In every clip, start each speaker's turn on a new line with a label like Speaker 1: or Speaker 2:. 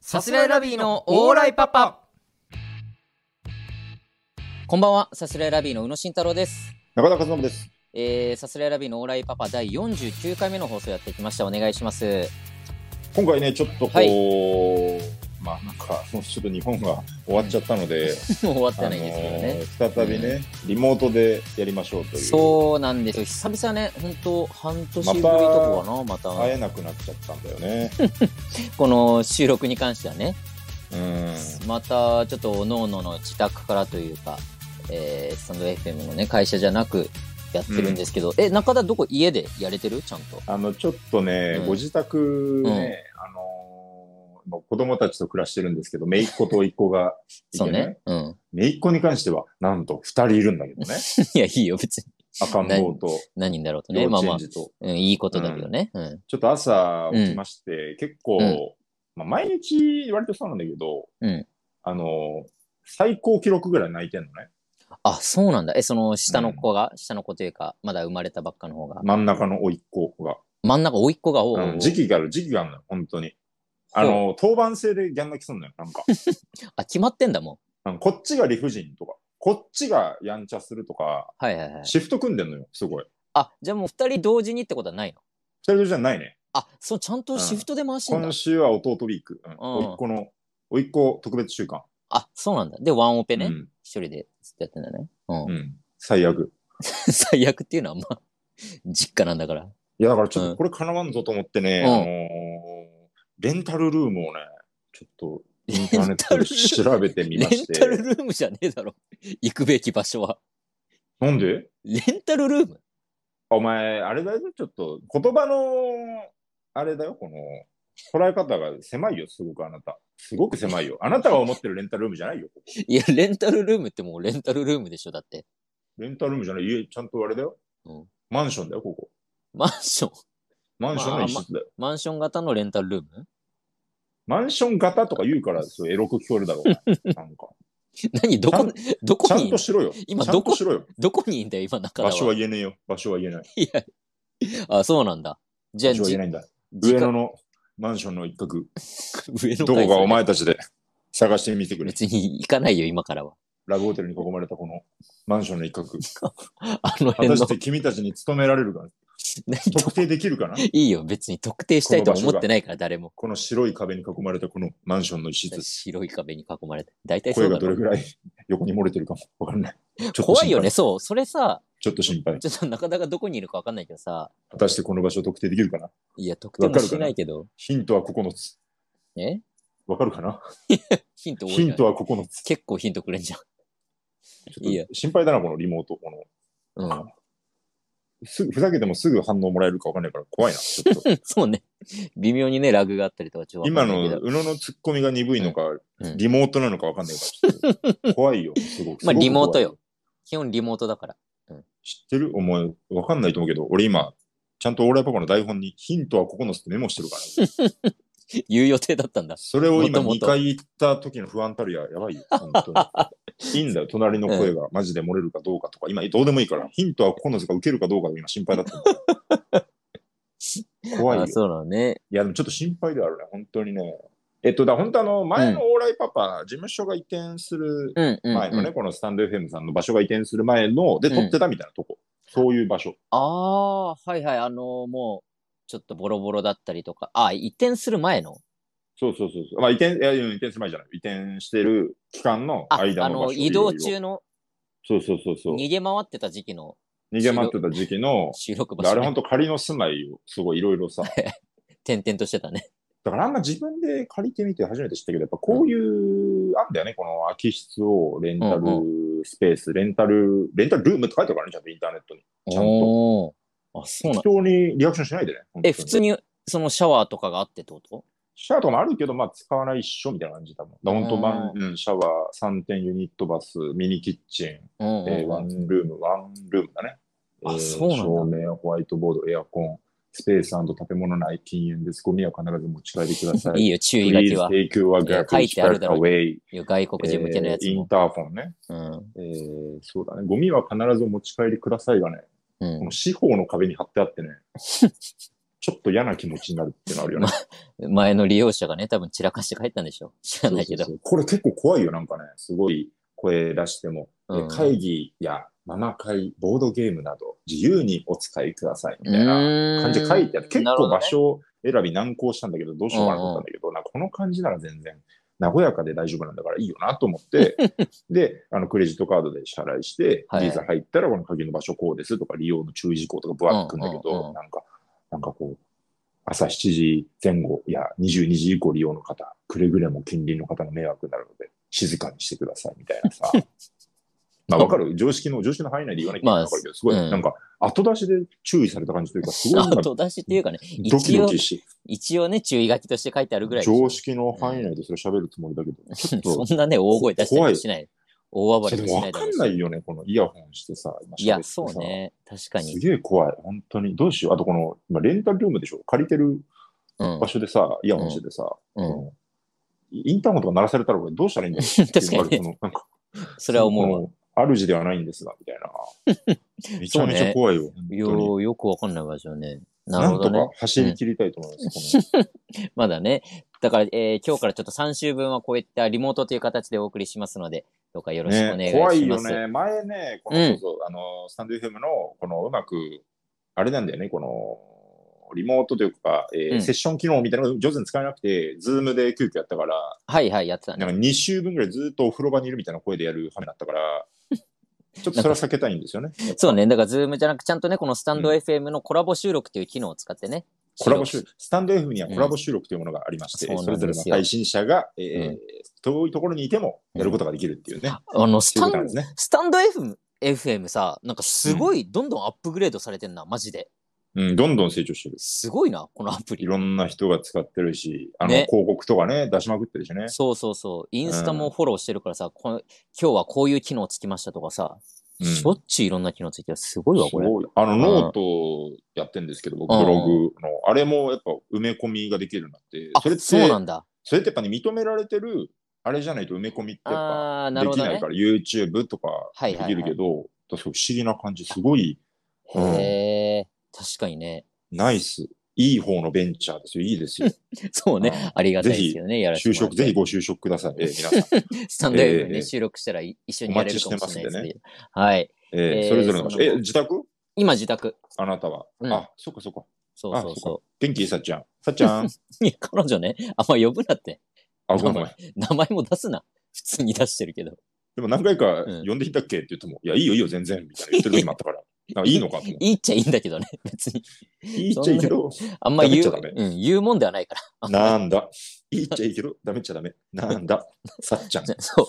Speaker 1: さすらいラビーのオーライパパ
Speaker 2: こんばんは、さすらいラビーの宇野慎太郎です。
Speaker 3: 中田和伸です。
Speaker 2: えー、さすらいラビーのオーライパパ第49回目の放送やってきました。お願いします。
Speaker 3: 今回ね、ちょっとこう、
Speaker 2: は
Speaker 3: まあなんか、もうちょっと日本が終わっちゃった ので、
Speaker 2: もう終わっ
Speaker 3: あ
Speaker 2: て
Speaker 3: の
Speaker 2: ないんですけどね。
Speaker 3: ー再びね、リモートでやりましょうという。
Speaker 2: そうなんですよ。久々ね、本当半年ぶりとかかな、また、
Speaker 3: 会えなくなっちゃったんだよ ね。
Speaker 2: この収録に関してはね、
Speaker 3: うん。
Speaker 2: またちょっと、おののの自宅からというか、えー、スタンド FM のね、会社じゃなくやってるんですけど、え、中田どこ家でやれてるちゃんと。
Speaker 3: あの、ちょっとね、
Speaker 2: うん
Speaker 3: ご自宅ね、あのー、もう子供たちと暮らしてるんですけど、姪っ子と甥っ子がいて
Speaker 2: そう
Speaker 3: ね
Speaker 2: ね。。うん。
Speaker 3: 姪っ子に関しては、なんと二人いるんだけどね。
Speaker 2: いや、いいよ、別に。
Speaker 3: 赤ん坊と
Speaker 2: 何人だろうとね。
Speaker 3: 幼
Speaker 2: まあ
Speaker 3: 稚
Speaker 2: まあ
Speaker 3: 園、児と。
Speaker 2: うん、いいことだけどね。うん。
Speaker 3: ちょっと朝起きまして、結構、
Speaker 2: うん
Speaker 3: まあ、毎日割とそうなんだけど、
Speaker 2: うん
Speaker 3: あの、最高記録ぐらい泣いてんのね。
Speaker 2: あ、そうなんだ。え、その、下の子が、下の子というか、まだ生まれたばっかの方が。
Speaker 3: 真ん中の甥っ子が。
Speaker 2: 真ん中、甥っ子が、おうおう
Speaker 3: うん時期がある、時期があるのよ、本当に。あの、当番制でギャン泣きすんのよ、な んか。
Speaker 2: あ、決まってんだもん。
Speaker 3: うんこっちが理不尽とか、こっちがやんちゃするとか、
Speaker 2: はいはいはい。
Speaker 3: シフト組んでんのよ、すごい。
Speaker 2: あ、じゃあもう二人同時にってことはないの
Speaker 3: 二人じゃないね。
Speaker 2: あ、そう、ちゃんとシフトで回してんだ。
Speaker 3: 今週は弟ウィーク。うん甥っ子の、甥っ子特別週間。
Speaker 2: あ、そうなんだ。で、ワンオペ
Speaker 3: う
Speaker 2: ね。
Speaker 3: ん
Speaker 2: 一、人でずっとやってんだね。うん。
Speaker 3: うん。最悪。
Speaker 2: 最悪っていうのは、まあ、実家なんだから。
Speaker 3: いや、だからちょっ
Speaker 2: うん
Speaker 3: とこれかなわんぞと思ってね、
Speaker 2: うん
Speaker 3: あのーレンタルルームをね、ちょっとインターネットで調べてみ
Speaker 2: レ
Speaker 3: ま
Speaker 2: ン
Speaker 3: し
Speaker 2: タル
Speaker 3: て。
Speaker 2: ルームじゃねえだろ。行くべき場所は。
Speaker 3: なんで
Speaker 2: レンタルルーム
Speaker 3: お前、あれだよ、ちょっと言葉の、あれだよ、この、捉え方が狭いよ、すごくあなた。すごく狭いよ。あなたが思ってるレンタルルームじゃないよ。
Speaker 2: いや、レンタルルームってもうレンタルルームでしょ、だって。
Speaker 3: レンタルルームじゃない、家、ちゃんとあれだよ。
Speaker 2: うん
Speaker 3: マンションだよ、ここ。
Speaker 2: マンション。
Speaker 3: マンションの一室だよ。
Speaker 2: マンション型のレンタルルーム
Speaker 3: マンション型とか言うから、そうエロく聞こえるだろう。なんか。
Speaker 2: 何どこ、ど
Speaker 3: ち
Speaker 2: こ
Speaker 3: ゃ
Speaker 2: にい
Speaker 3: ん
Speaker 2: んの
Speaker 3: としろよ。
Speaker 2: 今
Speaker 3: ちゃ
Speaker 2: ど
Speaker 3: ん
Speaker 2: こと
Speaker 3: しろよ。
Speaker 2: どこにいんだよ、今、中田は。
Speaker 3: 場所は言えねえよ。場所は言えない。
Speaker 2: いや、あ、そうなんだ。じゃあ、
Speaker 3: 場所は
Speaker 2: じ
Speaker 3: 言えないんだ。
Speaker 2: じ
Speaker 3: 上
Speaker 2: か
Speaker 3: 野のマンションの一角、
Speaker 2: 上の
Speaker 3: どこ
Speaker 2: 階
Speaker 3: か
Speaker 2: 層
Speaker 3: お前たちで探してみてくれ。
Speaker 2: 別に行かないよ、今からは。
Speaker 3: ラブホテルに囲まれたこのマンションの一角。
Speaker 2: あの
Speaker 3: 果
Speaker 2: 辺
Speaker 3: た
Speaker 2: の
Speaker 3: して、君たちに勤められるかな
Speaker 2: 何と
Speaker 3: 特定できるかない
Speaker 2: いよ、別に特定したいとは思ってないから、誰も。
Speaker 3: この白い壁に囲まれたこのマンションの一室。
Speaker 2: 白い壁に囲まれて。大体そ
Speaker 3: 声
Speaker 2: うだ
Speaker 3: がど
Speaker 2: ろ
Speaker 3: れぐらい横に漏れてるかもわかんない。ちょっと
Speaker 2: 怖いよ
Speaker 3: 心
Speaker 2: ね、
Speaker 3: 配。
Speaker 2: そう。それさ、
Speaker 3: ちょっと心配。
Speaker 2: ちょっと中田がどこにいるかわかんないけどさ、
Speaker 3: 果たしてこの場所を特定できるかない
Speaker 2: や、特定もしないけど、
Speaker 3: ヒントは9つ。
Speaker 2: え
Speaker 3: わかるかな
Speaker 2: ヒント多い
Speaker 3: ヒン
Speaker 2: じゃ
Speaker 3: ト
Speaker 2: ん。
Speaker 3: は9つ。
Speaker 2: 結構ヒントくれんじゃん。
Speaker 3: ち
Speaker 2: いい
Speaker 3: ょ
Speaker 2: よ
Speaker 3: っと心配だな、このリモート。この
Speaker 2: うん。
Speaker 3: すぐふざけてもすぐ反応もらえるかわかんないから怖いな。ちょっと
Speaker 2: そうね。微妙にね、ラグがあったりとか、ちょっとわ
Speaker 3: 今
Speaker 2: かんないけど
Speaker 3: の宇野のツッコミが鈍いのか、
Speaker 2: うん
Speaker 3: リモートなのかわかんないからちょっ と、怖いよ、すごく。
Speaker 2: まあ、
Speaker 3: すごく怖い
Speaker 2: リモートよ。。基本リモートだから。
Speaker 3: 知ってるお前、わかんないと思うけど、俺今、ちゃんとオーライパパの台本にヒントはここのってメモしてるから。
Speaker 2: 言う予定だったんだ。
Speaker 3: それを今
Speaker 2: もとも
Speaker 3: 2
Speaker 2: と
Speaker 3: 回行った時の不安たるや、やばいよ、本当に。いいんだよ、隣の声がマジで漏れるかどうかとか、今どうでもいいから、ヒントはここのが受けるかどうかが今心配だったんだ よ。怖いよ
Speaker 2: あ、。そうなのね。
Speaker 3: いや、でもちょっと心配ではあるね、本当にね。えっと、だから本当あの、前のオーライパパ、事務所が移転する
Speaker 2: うんうん、うん。
Speaker 3: 前のね、このスタンド FM さんの場所が移転する前の、で、
Speaker 2: うん
Speaker 3: 撮ってたみたいなとこ。そういう場所。
Speaker 2: ああー、はいはい。あのーもう、ちょっとボロボロだったりとか。あ、移転する前の
Speaker 3: そうそうそうそう。まあ、移転、いや、移転する前じゃない。移転してる期間の
Speaker 2: あ、
Speaker 3: 間
Speaker 2: あ
Speaker 3: の場所。
Speaker 2: の、
Speaker 3: いろい
Speaker 2: 移
Speaker 3: ろ
Speaker 2: 動中の、
Speaker 3: そうそうそうそう。
Speaker 2: 逃げ回ってた時期の
Speaker 3: 逃げ回ってた時期の、
Speaker 2: 収録場
Speaker 3: であ
Speaker 2: 所、
Speaker 3: れ
Speaker 2: ね
Speaker 3: 本、当仮の住まいをすごいいろいろさ。
Speaker 2: 転々としてたね。
Speaker 3: だからあんま自分で借りてみて初めて知ったけど、やっぱこういう、あんだよね。この空き室をレンタルスペース、レンタル、レンタルルームって書いてあるからね、ちゃんとインターネットに。 ちゃんと
Speaker 2: おーあ、そうな
Speaker 3: 適
Speaker 2: の。
Speaker 3: 当にリアクションしないでね。本当
Speaker 2: え、
Speaker 3: に
Speaker 2: 普通に、そのシャワーとかがあってってこと
Speaker 3: シャワーとかもあるけど、まあ使わないっしょみたいな感じ多分。だから本当
Speaker 2: うん
Speaker 3: ワン、うん、シャワー、3点ユニットバス、ミニキッチン、
Speaker 2: うん、うん
Speaker 3: えーワンルーム、ワンルームだね。
Speaker 2: あ
Speaker 3: えー
Speaker 2: そうなんだ
Speaker 3: 照明、ホワイトボード、エアコン、スペース食べ物内禁煙です。ゴミは必ず持ち帰りください。
Speaker 2: いい
Speaker 3: い
Speaker 2: よ、注意書きは。
Speaker 3: 提供は
Speaker 2: いや書いてあるだろ
Speaker 3: garbage back away
Speaker 2: いや外国人向けのやつ
Speaker 3: えーイン
Speaker 2: も。
Speaker 3: ターフォンね、えーそうだね。ゴミは必ずお持ち帰りくださいがね、
Speaker 2: うん。う
Speaker 3: こ
Speaker 2: ん
Speaker 3: の四方の壁に貼ってあってね、ちょっと嫌な気持ちになるっていうのあるよね。
Speaker 2: 前の利用者がね、多分散らかして帰ったんでしょ 知らないけど。
Speaker 3: そうそうそうこれ結構怖いよ、なんかね。すごい声出しても。で
Speaker 2: うん
Speaker 3: 会議やママ会、ボードゲームなど、自由にお使いください、みたいな
Speaker 2: 感
Speaker 3: 感じで書いてある。結構場
Speaker 2: を。
Speaker 3: 所選び難航したんだけど、どうしようかなと思ったんだけど、なんかこの感じなら全然。和やかで大丈夫なんだからいいよなと 思って、で、あの、クレジットカードで支払いして、
Speaker 2: はい
Speaker 3: ビザ入ったらこの鍵の場所こうですとか、利用の注意事項とかブワッくんだ
Speaker 2: う
Speaker 3: け
Speaker 2: んうんう
Speaker 3: ど、
Speaker 2: ん
Speaker 3: なんか、なんかこう、朝7時前後、いや、22時以降利用の方、くれぐれも近隣の方の迷惑になるので、静かにしてくださいみたい なさ。まあ、わかる常識の、常識の範囲内で言わなきゃいけないのわかるけど、すごい、
Speaker 2: うん
Speaker 3: なんか、後出しで注意された感じというか、すごいなん か、
Speaker 2: 後出しっていうかね、
Speaker 3: ドキ
Speaker 2: 一
Speaker 3: ド
Speaker 2: 応
Speaker 3: キ、し、
Speaker 2: 一応ね、注意書きとして書いてあるぐらいでしょ。
Speaker 3: 常識の範囲内でそれ喋るつもりだけ ど、ちょっと、
Speaker 2: そんなね、大声出したりもしない。大暴れ
Speaker 3: で
Speaker 2: も
Speaker 3: も
Speaker 2: し
Speaker 3: わ
Speaker 2: ないだ
Speaker 3: か
Speaker 2: ろうんし
Speaker 3: ないよね、このイヤホンしてさ、今喋って
Speaker 2: い
Speaker 3: さ
Speaker 2: や、そう。ね。確か
Speaker 3: す
Speaker 2: に。
Speaker 3: げえ怖い、本当に。どうしよう。あと、この、今、レンタルルームでしょ借りてる
Speaker 2: うん
Speaker 3: 場。所でさ、イヤホンしててさ、
Speaker 2: うん。
Speaker 3: このインターホンとか鳴らされたら俺どうしたらいいんだろ う
Speaker 2: 確かにね
Speaker 3: そのなんか、
Speaker 2: それは思うわ。
Speaker 3: この主ではないんですが、みたいな。めちゃめちゃ怖いよ、
Speaker 2: いや
Speaker 3: 本当に。
Speaker 2: ーよくわかんない場所ね。な
Speaker 3: な
Speaker 2: る
Speaker 3: ん
Speaker 2: ほど
Speaker 3: と
Speaker 2: ね
Speaker 3: か。走り切りたいと思います。
Speaker 2: まだね。だから、えー今日からちょっと3週分はこういったリモートという形でお送りしますので、どうかよろしくお願い
Speaker 3: ね
Speaker 2: しま
Speaker 3: 怖
Speaker 2: す。
Speaker 3: いよね。前ね、この、
Speaker 2: うん
Speaker 3: そうそうあの、スタンド FM の、この、うまく、あれなんだよね、この、リモートというか、えー
Speaker 2: うん
Speaker 3: セッション機能みたいなのが上手に使えなくて、ズームで急遽やったから、
Speaker 2: はいはい、やってた
Speaker 3: な
Speaker 2: ね
Speaker 3: ん。か2週分ぐらいずっとお風呂場にいるみたいな声でやる羽目だった から、ちょっとそれは避けたいんですよね。
Speaker 2: そうね。だから、ズームじゃなく、ちゃんとね、このスタンド FM のコラボ収録という機能を使ってね。
Speaker 3: コラボ収録、スタンド F にはコラボ収録というものがありまして、
Speaker 2: うん
Speaker 3: それぞれ
Speaker 2: そうなんで
Speaker 3: の
Speaker 2: すよ
Speaker 3: 配信者が、えー
Speaker 2: うん
Speaker 3: 遠いところにいてもやることができるっていうね、
Speaker 2: あの、ス
Speaker 3: そうい
Speaker 2: タ
Speaker 3: うことなん
Speaker 2: ン
Speaker 3: です、ね。
Speaker 2: スタンド FM、FM さ、なんかすごい、どんどんアップグレードされてんな、マジで。
Speaker 3: うん、どんどん成長してる。
Speaker 2: すごいな、このアプ
Speaker 3: い
Speaker 2: リ。
Speaker 3: ろんな人が使ってるし、あの、
Speaker 2: ね
Speaker 3: 広告とかね、出しまくってるしね。
Speaker 2: そうそうそう。インスタもフォローしてるからさ、この今日はこういう機能つきましたとかさ、
Speaker 3: うん
Speaker 2: しょっちゅういろんな機能ついてる。すごいわ、これ。
Speaker 3: そうあの、ノートやってんですけど、僕、
Speaker 2: うん
Speaker 3: ブログの、あれもやっぱ埋め込みができるようになって、
Speaker 2: あ
Speaker 3: それって、
Speaker 2: そうなんだ。
Speaker 3: それってやっぱね、認められてる、あれじゃないと埋め込みってやっぱ、
Speaker 2: あー、な
Speaker 3: で
Speaker 2: るほ
Speaker 3: き
Speaker 2: ど
Speaker 3: ない
Speaker 2: ね
Speaker 3: か。ら、YouTube とか
Speaker 2: はい
Speaker 3: で
Speaker 2: はいはい
Speaker 3: きるけど、確かに不思議な感じ、すごいらうん
Speaker 2: へえ、確かにね。
Speaker 3: ナイス、いい方のベンチャーですよ、い いですよ。
Speaker 2: そうね。
Speaker 3: うん
Speaker 2: ありがたいですよね、やらせて
Speaker 3: 就
Speaker 2: もらって。
Speaker 3: 職、ぜひご就職く ださい、えー皆さん。
Speaker 2: スタンド FM
Speaker 3: ええ
Speaker 2: で収録したらい一緒にやれるかもしれない
Speaker 3: お待ちしてますんでね
Speaker 2: ですけど。はい。
Speaker 3: え
Speaker 2: え
Speaker 3: ー
Speaker 2: ー
Speaker 3: それぞれの場
Speaker 2: その
Speaker 3: 所。え、自宅
Speaker 2: 今自宅。
Speaker 3: あなたは。
Speaker 2: うん
Speaker 3: あ、そっかそっか。
Speaker 2: そうそう
Speaker 3: あそ
Speaker 2: そ
Speaker 3: 元気さっちゃん。さっちゃん。
Speaker 2: う。いや、彼女ね、あんま呼ぶなって。
Speaker 3: あ、ごめんごめん。
Speaker 2: 名前も出すな。普通に出してるけど。
Speaker 3: でも何回か
Speaker 2: うん
Speaker 3: 呼んでいたっけって言っても、いや、いいよいいよ、全然、みたいな言ってる時もあっ たから。なんかいいのかと思って。
Speaker 2: いいっちゃいいんだけどね。別に。
Speaker 3: いいっちゃいいけど、
Speaker 2: あんま言う、
Speaker 3: ダメっちゃダ
Speaker 2: うん、言うもんではないから。
Speaker 3: なんだ。いいっちゃいいけど、ダメっちゃダメ。なんだ。さっちゃん。
Speaker 2: そう。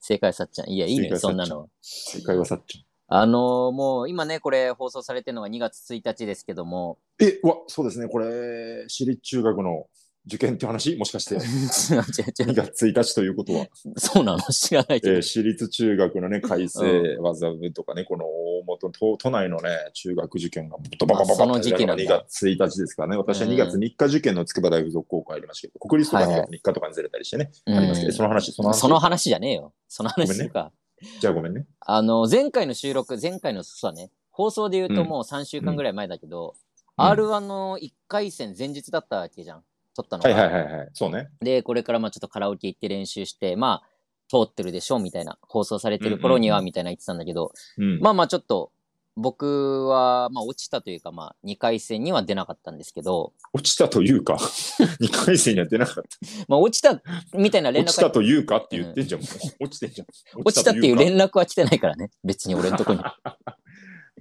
Speaker 2: 正解はさっちゃん。いや、いいのよ、
Speaker 3: 正
Speaker 2: そん
Speaker 3: 解はさっち
Speaker 2: なん
Speaker 3: ゃ
Speaker 2: のは。
Speaker 3: 正解はさっち
Speaker 2: あのーもう今ね、これ放送されてるのが2月1日ですけども、。
Speaker 3: ゃん。え、うわ、そうですね、これ、私立中学の受験って話もしかして
Speaker 2: 違う違う違
Speaker 3: 2
Speaker 2: う。
Speaker 3: 月1日ということは、
Speaker 2: そうなの知らない
Speaker 3: え
Speaker 2: けど
Speaker 3: ー。私立中学のね、改正技部とかね、この大元都、都内のね、中学受験がドババババ
Speaker 2: あその時期なんだ
Speaker 3: 2月1日ですからね、私は2月3日受験の筑波大附属高校入りましたけど、国立とか2月3日とかにずれたりしてね、
Speaker 2: うん
Speaker 3: ありますけど、その話、その話、
Speaker 2: その話じゃねえよ。その
Speaker 3: ご
Speaker 2: 話
Speaker 3: めんね
Speaker 2: とか。
Speaker 3: じゃあごめんね。
Speaker 2: あの、前回の収録、前回のさね、放送で言うともう3週間ぐらい前だけど、
Speaker 3: うん
Speaker 2: R1 の1回戦前日だったわけじゃん。撮ったの
Speaker 3: は
Speaker 2: が。
Speaker 3: いはいはいはい、そうね。
Speaker 2: で、これからまあちょっとカラオケ行って練習して、まあ、通ってるでしょみたいな、放送されてる頃に
Speaker 3: うんうん
Speaker 2: はみたいな言ってたんだけど、
Speaker 3: うん。
Speaker 2: まあまあちょっと、僕は、まあ落ちたというか、まあ2回戦には出なかったんですけど、
Speaker 3: 落ちたというか、2回戦には出なかった。
Speaker 2: まあ落ちたみたいな連
Speaker 3: 落
Speaker 2: 絡
Speaker 3: ち
Speaker 2: は
Speaker 3: たというかって言ってんじゃん、もう落ちてんじゃん。
Speaker 2: 落ちたっていう
Speaker 3: か
Speaker 2: 連絡は来てないからね。別に俺のとこ に。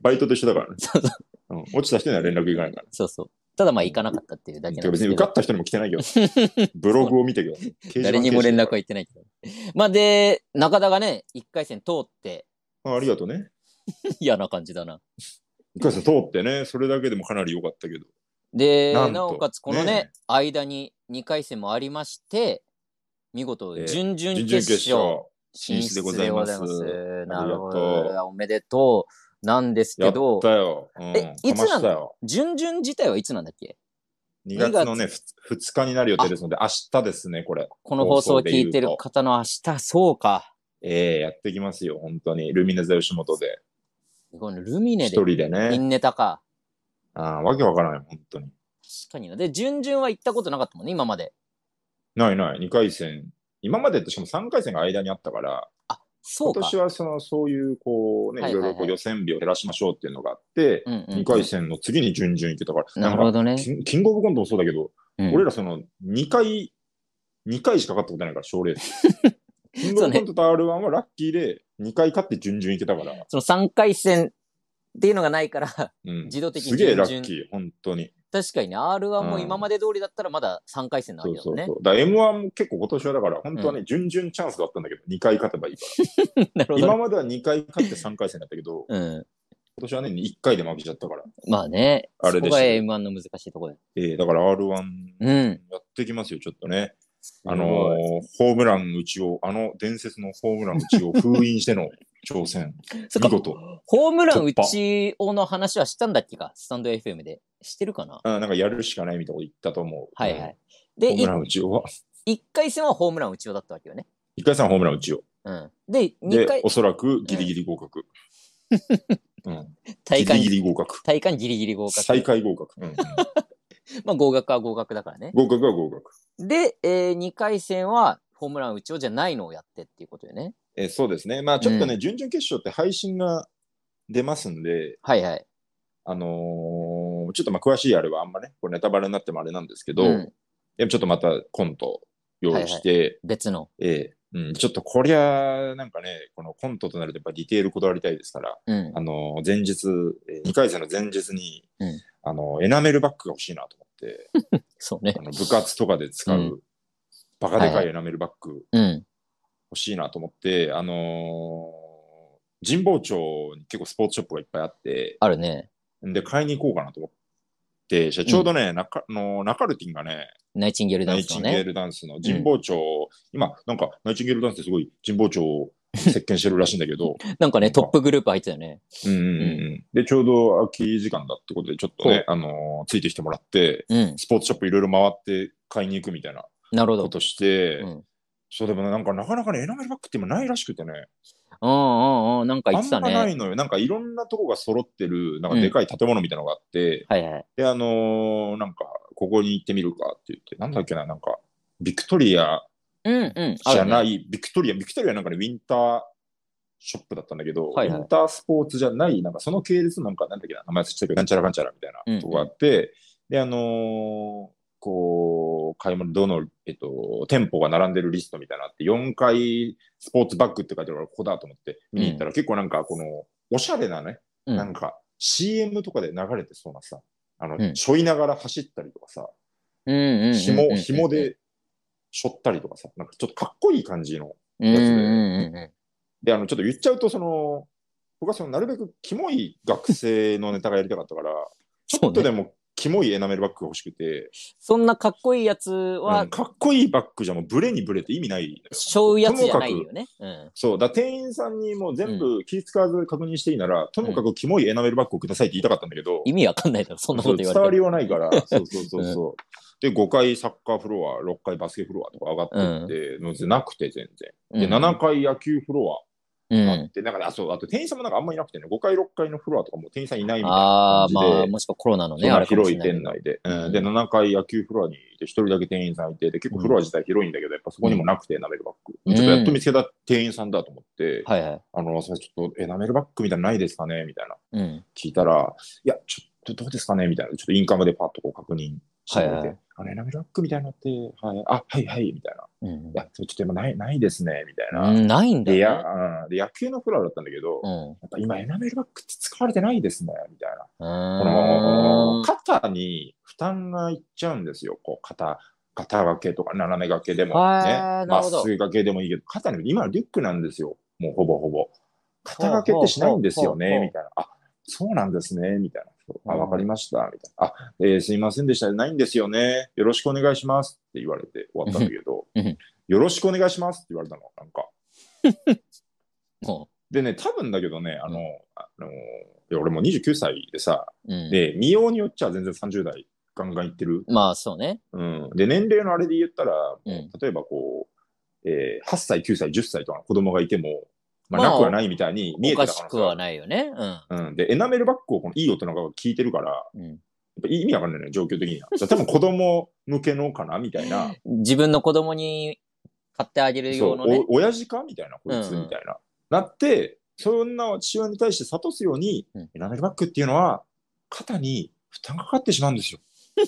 Speaker 3: バイトと一緒だからね。うん落ちた人には連絡いかないから。
Speaker 2: そうそう。ただまあ行かなかったっていうだけなんで
Speaker 3: 別
Speaker 2: す
Speaker 3: に
Speaker 2: け
Speaker 3: 受か
Speaker 2: ど。
Speaker 3: った人にも来てないけど、 ブログを見てけど、掲示板
Speaker 2: 誰にも連絡は行ってないけど。まあで、中田がね、1回戦通って、
Speaker 3: あありがとうね。
Speaker 2: 嫌な感じだな。
Speaker 3: 一回戦通ってね、それだけでもかなり良かったけど。
Speaker 2: で、
Speaker 3: なん
Speaker 2: な
Speaker 3: と
Speaker 2: おかつこのね、
Speaker 3: ね
Speaker 2: 間に2回戦もありまして、見事、
Speaker 3: ええ
Speaker 2: 準々
Speaker 3: 準々
Speaker 2: 決
Speaker 3: 決
Speaker 2: 勝
Speaker 3: 勝進出でございます。
Speaker 2: 進出でございますなるほ
Speaker 3: ありがと
Speaker 2: ど。おめでとう。なんです
Speaker 3: や
Speaker 2: け
Speaker 3: った
Speaker 2: ど、
Speaker 3: よ。うん、
Speaker 2: えいつなの
Speaker 3: かましたよ。
Speaker 2: 準々自体はいつなんだっけ
Speaker 3: ?2 月のね、2日になる予定ですので、明日ですね、これ。
Speaker 2: この放送を聞いて
Speaker 3: 放
Speaker 2: る
Speaker 3: 送
Speaker 2: 方の明日、そうか。
Speaker 3: ええやってきますよ、本当に。ルミネ座吉本で。
Speaker 2: このルミネ
Speaker 3: 一
Speaker 2: で、
Speaker 3: 人で
Speaker 2: イ
Speaker 3: ね。
Speaker 2: ンネタか。
Speaker 3: ああわけわからない、本当に。
Speaker 2: かにな。で、準々は行ったことなかったもんね、今まで。
Speaker 3: ないない、2回戦。今までってしかも3回戦が間にあったから、
Speaker 2: そ
Speaker 3: 今
Speaker 2: うか。
Speaker 3: 年はそのそういうこうね、
Speaker 2: はいいはいは
Speaker 3: ろい
Speaker 2: い
Speaker 3: ろこう予選日を減らしましょうっていうのがあって、
Speaker 2: うんうんうん
Speaker 3: 2回戦の次に準々行けたから、
Speaker 2: なるほどね
Speaker 3: んかキンキングオブコントもそうだけど、
Speaker 2: うん
Speaker 3: 俺らその2回、2回しか勝ったことないから、賞レ ース。キングオブコントと R1 はラッキーで2回勝って準々行けたから、
Speaker 2: その3回戦っていうのがないから、
Speaker 3: うん
Speaker 2: 自動的に
Speaker 3: すげえ
Speaker 2: 準々
Speaker 3: ラッキー、本当に。
Speaker 2: 確かにね、R1 も今まで通りだったらまだ3回戦なわ
Speaker 3: そ
Speaker 2: け
Speaker 3: う
Speaker 2: だ
Speaker 3: そ
Speaker 2: もん
Speaker 3: う
Speaker 2: ね
Speaker 3: そ。う。だから M1 も結構今年はだから、本当はね、準々チャンスだったんだけど、2回勝てばいいから。
Speaker 2: なるほど
Speaker 3: 今
Speaker 2: ね。
Speaker 3: までは2回勝って3回戦だったけど、
Speaker 2: うん。
Speaker 3: 今年はね、1回で負けちゃったから。
Speaker 2: まあね、
Speaker 3: あれでし
Speaker 2: そこ
Speaker 3: た
Speaker 2: が
Speaker 3: ね
Speaker 2: M1 の難しいところだよ。
Speaker 3: えーだから R1
Speaker 2: うん。
Speaker 3: やってきますよ、ちょっとね。
Speaker 2: ごい
Speaker 3: あのーホームラン打ちを、あの伝説のホームラン打ちを封印しての挑戦。
Speaker 2: そっか、
Speaker 3: 見事。
Speaker 2: ホームラン
Speaker 3: 突
Speaker 2: 打
Speaker 3: 破
Speaker 2: ちをの話はしたんだっけか、スタンド FM で。してるかな
Speaker 3: あなんかやるしかないみたいなこと言ったと思う。
Speaker 2: はいはい。
Speaker 3: うん。
Speaker 2: で、
Speaker 3: ホームラン打ちを。
Speaker 2: 1回戦はホームラン打ちよだったわけよね。
Speaker 3: 1回戦はホームラン打ちを。
Speaker 2: うん。で、2
Speaker 3: で
Speaker 2: 回、
Speaker 3: お、そらくギリギリ合格。うん、ギ
Speaker 2: 体
Speaker 3: リ
Speaker 2: 感
Speaker 3: ギ、リ合格。
Speaker 2: 体感ギリギリ合格。
Speaker 3: 最下位合格。うんうん
Speaker 2: まあ合格は合格だからね。
Speaker 3: 合格は合格。
Speaker 2: で、え2回戦はホームラン打ちよじゃないのをやってっていうことよね。
Speaker 3: えーそうですね。まあちょっとね、準々決勝って配信が出ますんで、
Speaker 2: はいはい。
Speaker 3: あのーちょっとまあ詳しいあれはあんまね、これネタバレになってもあれなんですけど、
Speaker 2: うん
Speaker 3: でもちょっとまたコント用意して、
Speaker 2: 別の。
Speaker 3: ええうん、ちょっとこりゃ、なんかね、このコントとなるとやっぱディテールこだわりたいですから、
Speaker 2: うん。
Speaker 3: あの、前日、え2回戦の前日に、
Speaker 2: うん
Speaker 3: あの、エナメルバッグが欲しいなと思って、
Speaker 2: そうね
Speaker 3: あ。の部活とかで使う、
Speaker 2: うん
Speaker 3: バカで
Speaker 2: は
Speaker 3: か
Speaker 2: い
Speaker 3: い
Speaker 2: は
Speaker 3: エナメルバッグ
Speaker 2: うん。
Speaker 3: 欲しいなと思って、あのー神保町に結構スポーツショップがいっぱいあって、
Speaker 2: あるね。
Speaker 3: で、買いに行こうかなと思って、ちょうどね、なかあのナカルティンがね、
Speaker 2: ナイチンゲールダ
Speaker 3: ナ
Speaker 2: ン
Speaker 3: イ
Speaker 2: ス
Speaker 3: チ
Speaker 2: の
Speaker 3: ンゲー
Speaker 2: ね。
Speaker 3: ルダンスの神保町、今、なんかナイチンゲールダンスってすごい神保町を席巻してるらしいんだ けど、
Speaker 2: なんかね、トップグループ入ってたよね。
Speaker 3: うんうんうん、で、ちょうど空き時間だってことで、ちょっとね、あのーついてきてもらって、
Speaker 2: うん。
Speaker 3: スポーツショップいろいろ回って買いに行くみたいな
Speaker 2: なるほ
Speaker 3: こ
Speaker 2: ど。
Speaker 3: として、
Speaker 2: うん
Speaker 3: そうでもねなんかなかなかね、エナメルバッグって今ないらしくてね、
Speaker 2: うんうんうん。なんか言
Speaker 3: あ
Speaker 2: っ
Speaker 3: ん
Speaker 2: てた
Speaker 3: まな
Speaker 2: ね。
Speaker 3: いのよ。なんかいろんなとこが揃ってる、なんか
Speaker 2: うん
Speaker 3: でかい建物みたいなのがあって、
Speaker 2: はいはい。
Speaker 3: で、あのーなんか、ここに行ってみるかって言って、なんだっけな、なんか、ビクトリア
Speaker 2: うんうん。あ
Speaker 3: じゃ
Speaker 2: るね
Speaker 3: ない、ビクトリア、ビクトリアなんかね、ウィンターショップだったんだけど、
Speaker 2: はいはい
Speaker 3: ウィンタースポーツじゃない、なんかその系列のなんか、なんだっけな、名前つってるなんちゃらかんちゃらみたい
Speaker 2: うんう
Speaker 3: なんとこがあって、で、あのーこう、買い物、どの、えっと、店舗が並んでるリストみたいなのあって、4階スポーツバッグって書いてあるから、ここだと思って見に行ったら、結構なんか、この、おしゃれなね、
Speaker 2: うん
Speaker 3: なんか、CM とかで流れてそうなさ、あの、
Speaker 2: うん
Speaker 3: 背負いながら走ったりとかさ、
Speaker 2: うんうんうんうん。
Speaker 3: 紐、紐。で背負ったりとかさ、なんかちょっとかっこいい感じの、
Speaker 2: うんうんうんう
Speaker 3: で、あの、ちょっと言っちゃうと、その、僕はその、なるべくキモい学生のネタがやりたかったから、ちょっとでも、キモいエナメルバッグが欲しくて、
Speaker 2: ん。そんなかっこいいやつ
Speaker 3: う
Speaker 2: は
Speaker 3: ん、かっこいいバッグじゃもうブレにブレて意味ないのよ。
Speaker 2: しょうやつじゃないよね。うん。
Speaker 3: そう、だから店員さんにもう全部気使わず確認していいなら、ともかくキモいエナメルバッグをくださいって言いたかったんだけど、
Speaker 2: 意味わかんないだろ、そんなこと言わ
Speaker 3: そう伝わ
Speaker 2: れ
Speaker 3: り
Speaker 2: て
Speaker 3: はな いから、そうそうそうそう。で、5階サッカーフロア、6階バスケフロアとか上がってって、のなくて全然。
Speaker 2: も。
Speaker 3: で、
Speaker 2: うん
Speaker 3: 7階野球フロア、
Speaker 2: う
Speaker 3: あっ
Speaker 2: ん。
Speaker 3: て、なんかね、あ、そう、あと店員さんもなんかあんまいなくてね、5階、6階のフロアとかもう店員さんいないみたい
Speaker 2: ああ、
Speaker 3: な感じで
Speaker 2: まあ、、もしくはコロナの
Speaker 3: そ
Speaker 2: ね、
Speaker 3: ん
Speaker 2: あ
Speaker 3: な
Speaker 2: れかも
Speaker 3: 広
Speaker 2: し
Speaker 3: い
Speaker 2: れないけ
Speaker 3: 店
Speaker 2: ど。
Speaker 3: 内で、
Speaker 2: ん
Speaker 3: うんで、7階野球フロアにいて、1人だけ店員さんいて、で、結構フロア自体広いんだけど、やっぱそこにもなくて、エナメルバッグ。
Speaker 2: うん
Speaker 3: ちょっとやっと見つけた店員さんだと思って、
Speaker 2: はいはい。
Speaker 3: あの、それちょっと、エナメルバッグみたいなのないですかねみたいな。
Speaker 2: うん。
Speaker 3: 聞いたら、いや、ちょっとどうですかねみたいな。ちょっとインカムでパッとこう確認してみて、
Speaker 2: はいはい
Speaker 3: あの、エナメルバッグみたいなのって、はい、あ、はいはい、みたいな。
Speaker 2: うん
Speaker 3: いや、それちょっと今ない、ないですね、みたいな。
Speaker 2: うん。ないんだ
Speaker 3: で、
Speaker 2: よ
Speaker 3: や
Speaker 2: ね。、
Speaker 3: うんで、野球のフロアだったんだけど、
Speaker 2: うん。
Speaker 3: やっぱ今エナメルバッグって使われてないですね、みたいな。こ
Speaker 2: う
Speaker 3: の
Speaker 2: ん。
Speaker 3: 肩に負担がいっちゃうんですよ。こう肩、肩掛けとか斜め掛けでも
Speaker 2: は
Speaker 3: ね
Speaker 2: い、なる
Speaker 3: ま
Speaker 2: ほ
Speaker 3: っす
Speaker 2: ど
Speaker 3: ぐ掛けでもいいけど、肩に、今リュックなんですよ。もうほぼほぼ。肩掛けってしないんですよ
Speaker 2: ほう
Speaker 3: ね、
Speaker 2: ほうほう
Speaker 3: みたいな。あ、そうなんですね、みたいな。そうあ、
Speaker 2: うん
Speaker 3: わかりました、みたいな。あ、えーすいませんでした。ないんですよね。よろしくお願いしますって言われて終わったんだけど
Speaker 2: うんうん、
Speaker 3: よろしくお願いしますって言われたの、なんか。
Speaker 2: も
Speaker 3: でね、多分だけどね、あの、あのいや俺もう29歳でさ、
Speaker 2: う。うん。
Speaker 3: で、見ようによっちゃ全然30代ガンガンいってる。
Speaker 2: まあ、そうね。
Speaker 3: うん。で、年齢のあれで言ったら、
Speaker 2: うん。
Speaker 3: 例えばこう、えー8歳、9歳、10歳とかの子供がいても、まあ、
Speaker 2: まあ
Speaker 3: なくはないみたいに見え
Speaker 2: お
Speaker 3: て
Speaker 2: か
Speaker 3: た可
Speaker 2: し
Speaker 3: 能
Speaker 2: く
Speaker 3: 性があ
Speaker 2: は
Speaker 3: る
Speaker 2: ないよね。うん。
Speaker 3: うん。で、エナメルバッグをこのいい大人が聞いてるから、
Speaker 2: うん
Speaker 3: ぱ意味わかんないのよ、状況的には。じゃあ多分子供向けのかなみたいな。
Speaker 2: 自分の子供に買ってあげる
Speaker 3: そ
Speaker 2: 用
Speaker 3: う
Speaker 2: のね。、
Speaker 3: お親父かみたいな、こいつ、
Speaker 2: うんうん
Speaker 3: みたいな。なって、そんな父親に対して諭すように、
Speaker 2: うん
Speaker 3: エナメルバッグっていうのは、肩に負担がかかってしまうんですよ。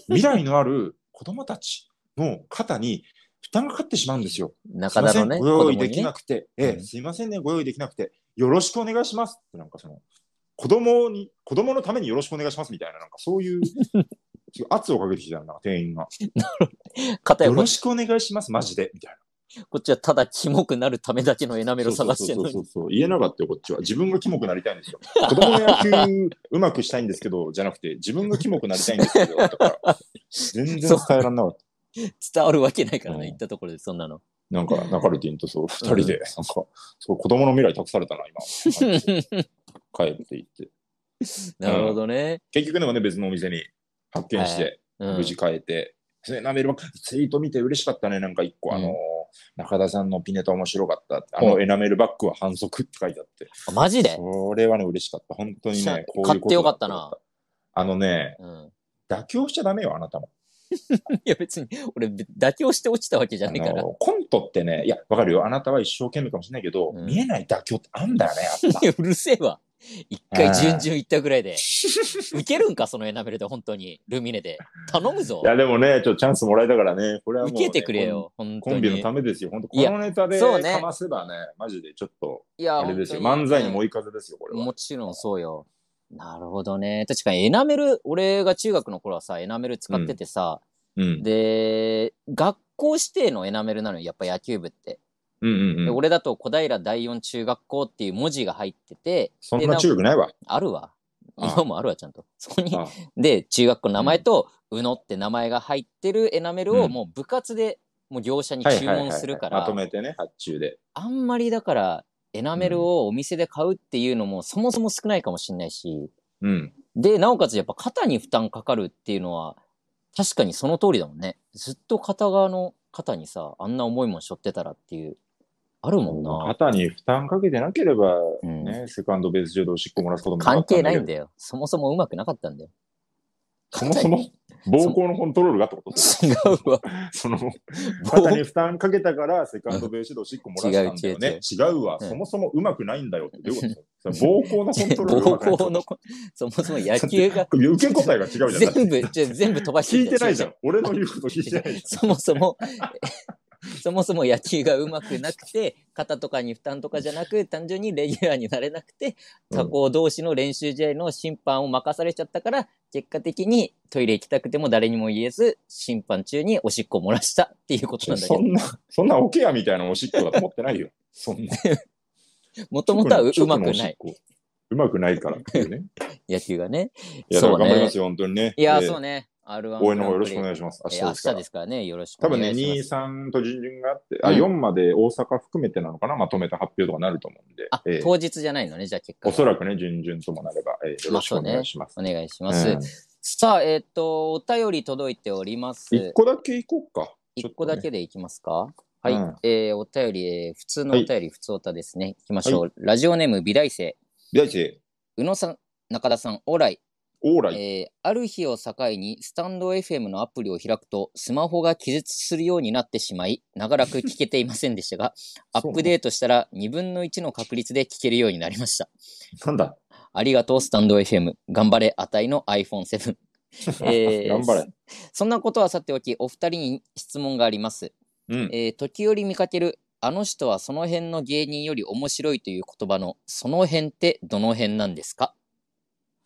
Speaker 3: 未来のある子供たちの肩に負担がかかってしまうんですよ。
Speaker 2: 中田の
Speaker 3: すいません
Speaker 2: ね、
Speaker 3: ご
Speaker 2: 子
Speaker 3: 用
Speaker 2: 供
Speaker 3: 意で
Speaker 2: に
Speaker 3: き
Speaker 2: ね
Speaker 3: な。くて、ええ
Speaker 2: うん
Speaker 3: すいませんね、ご用意できなくて、よろしくお願いしますって、なんかその、子供に、子供のためによろしくお願いしますみたいな、なんかそ ういう、すごい圧をかけてきたの、なんか店員が。
Speaker 2: 片や
Speaker 3: よ
Speaker 2: こっ
Speaker 3: ろ
Speaker 2: ち
Speaker 3: しくお願いします、マジで、みたいな。
Speaker 2: こっちはただキモくなるためだけのエナメルを探してるの
Speaker 3: そうそう
Speaker 2: に。
Speaker 3: そうそう言えなかったよ、こっちは。自分がキモくなりたいんですよ。子供の野球うまくしたいんですけど、じゃなくて、自分がキモくなりたいんですけど、とか、全然伝えられなかった。
Speaker 2: 伝わるわけないから
Speaker 3: うん
Speaker 2: ね、言ったところでそんなの。
Speaker 3: なんか、中里ンとそう、二人で、なんか、すごい子供の未来託されたな、今。帰っていって。
Speaker 2: なるほどね。
Speaker 3: 結局でもね、別のお店に発見して、
Speaker 2: うん
Speaker 3: 無事変えて、それなめるばっかツイート見て嬉しかったね、なんか一個、あの
Speaker 2: う
Speaker 3: ー
Speaker 2: ん
Speaker 3: 中田さんのピネタ面白かったってあの
Speaker 2: うん
Speaker 3: エナメルバッグは反則って書いてあって、
Speaker 2: あマジで
Speaker 3: それはね、嬉しかった。本当に
Speaker 2: しゃ
Speaker 3: ね、こういうこ
Speaker 2: 買
Speaker 3: と
Speaker 2: ってよかったな
Speaker 3: だと思った。あのね、
Speaker 2: うん。
Speaker 3: 妥協しちゃダメよ、あなたも。
Speaker 2: いや別に、俺妥協して落ちたわけじゃ
Speaker 3: あ
Speaker 2: ないから。
Speaker 3: のコントってね、いや、わかるよ、あなたは一生懸命かもしれないけど、
Speaker 2: うん
Speaker 3: 見えない妥協ってあんだよね、やっぱ
Speaker 2: い。や、うるせえわ。一回順々言ったぐらいで。受けるんか、そのエナメルで、本当に。ルミネで。頼むぞ
Speaker 3: い。や、でもね、ちょっとチャンスもらえたからね、これはもう、
Speaker 2: 受
Speaker 3: ね。
Speaker 2: けてくれよ、本当
Speaker 3: コン。コンビの
Speaker 2: に。
Speaker 3: ためですよ。本当こ
Speaker 2: いや
Speaker 3: のネタで
Speaker 2: そうね
Speaker 3: かませばね、マジでちょっと、
Speaker 2: いや
Speaker 3: あれですよ。
Speaker 2: 本当
Speaker 3: 漫才にも追い風ですよ、これは
Speaker 2: も。ちろんそうよ。なるほどね。確かにエナメル、俺が中学の頃はさ、エナメル使っててさ、
Speaker 3: うん。
Speaker 2: で、学校指定のエナメルなのよ、やっぱ野球部って。
Speaker 3: うんうん
Speaker 2: で
Speaker 3: うん。
Speaker 2: 俺だと小平第四中学校っていう文字が入ってて、
Speaker 3: そんな中学ないわ。
Speaker 2: あるわ。
Speaker 3: あ
Speaker 2: 今もあるわ、ちゃんと。そこに
Speaker 3: あ、
Speaker 2: で、中学校の名前と、うのって名前が入ってるエナメル
Speaker 3: う
Speaker 2: を
Speaker 3: ん
Speaker 2: もう部活で、もう業者に
Speaker 3: は い
Speaker 2: 注
Speaker 3: はいはい
Speaker 2: 文
Speaker 3: はい
Speaker 2: するか
Speaker 3: まと
Speaker 2: ら、
Speaker 3: めてね、発注で。
Speaker 2: あんまりだから、エナメルをお店で買うっていうのもそもそも少ないかもしれないし、
Speaker 3: うん。
Speaker 2: で、なおかつやっぱ肩に負担かかるっていうのは、確かにその通りだもんね。ずっと片側の肩にさ、あんな重いもん背負ってたらっていう、あるもんな。
Speaker 3: 肩に負担かけてなければ、
Speaker 2: うん
Speaker 3: ね、セカンドベース上でおしっこ漏らすことも
Speaker 2: 関係ないん
Speaker 3: で。
Speaker 2: だよ。そもそもうまくなかったんだよ。
Speaker 3: そ もそも、膀胱のコントロールがってこと
Speaker 2: 違うわ。
Speaker 3: その、肩に負担かけたから、セカンドベース上でおしっこ漏らしたんだよね。違うわ、
Speaker 2: うん
Speaker 3: そもそもうまくないんだよってどうい うことその膀胱のコントロール
Speaker 2: 膀
Speaker 3: がうまく
Speaker 2: 胱
Speaker 3: ない
Speaker 2: のこ、そもそも野球 が
Speaker 3: これ受け答えが違うじゃん。だって
Speaker 2: 全部、じゃ全部飛ばして
Speaker 3: 聞い
Speaker 2: き
Speaker 3: て
Speaker 2: た
Speaker 3: ないじゃん。俺の言うこと聞い てないじ
Speaker 2: そもそも、そもそも野球がうまくなくて、肩とかに負担とかじゃなく、単純にレギュラーになれなくて、
Speaker 3: ゃん。
Speaker 2: 他校同士の練習試合の審判を任されちゃったから、結果的にトイレ行きたくても誰にも言えず、審判中におしっこ漏らしたっていうことなんだけ
Speaker 3: そ
Speaker 2: ど、
Speaker 3: んな、そんなオケアみたいなおしっこだと思ってないよ。そんな。
Speaker 2: もともとはう
Speaker 3: 直
Speaker 2: うま
Speaker 3: の
Speaker 2: く
Speaker 3: おし
Speaker 2: な
Speaker 3: っ
Speaker 2: い、
Speaker 3: こ。うまくないからってい うね。
Speaker 2: 野球がね。
Speaker 3: いや、だ
Speaker 2: そ
Speaker 3: から
Speaker 2: うね
Speaker 3: 頑張りますよ、本当にね。
Speaker 2: いやー、
Speaker 3: えー
Speaker 2: そうね。R1
Speaker 3: 応援の方よろしくお
Speaker 2: い
Speaker 3: 願いします。明
Speaker 2: し
Speaker 3: 日
Speaker 2: ま。
Speaker 3: ですす
Speaker 2: 明日
Speaker 3: から
Speaker 2: で。すからね、よろしく
Speaker 3: 多
Speaker 2: お
Speaker 3: 分
Speaker 2: 願
Speaker 3: ね、
Speaker 2: いし
Speaker 3: 2、
Speaker 2: ます。
Speaker 3: 3と順々があって、
Speaker 2: う
Speaker 3: あ、
Speaker 2: ん
Speaker 3: 4まで大阪含めてなのかな、まとめた発表とかなると思うんで
Speaker 2: あ、、
Speaker 3: えー
Speaker 2: 当日じゃないのね、じゃあ結果
Speaker 3: お
Speaker 2: は。
Speaker 3: そらくね、順々ともなれば、えーよろしくお願いします。
Speaker 2: お願いします。さあ、えっ、と、お便り届いております。
Speaker 3: 1個だけいこうか。
Speaker 2: 一個だけでいきますか、
Speaker 3: うん
Speaker 2: はい、えーお便り、えー普通のお便り、普通おたですね。いきましょう。
Speaker 3: は
Speaker 2: ラジオネーム、美大生、
Speaker 3: 第一、
Speaker 2: 宇野さん、中田さん、オーライ。
Speaker 3: オーライ。
Speaker 2: えーある日を境に、スタンド FM のアプリを開くと、スマホが気絶するようになってしまい、長らく聞けていませんでした が、アップデートしたら2分の1の確率で聞けるようになりました。
Speaker 3: なんだ
Speaker 2: ありがとう、スタンド FM。頑張れ、値の iPhone7。えー
Speaker 3: 頑張れ。
Speaker 2: そんなことはさておき、お二人に質問があります。
Speaker 3: うん。
Speaker 2: えー時折見かける、あの人はその辺の芸人より面白いという言葉の、その辺ってどの辺なんですか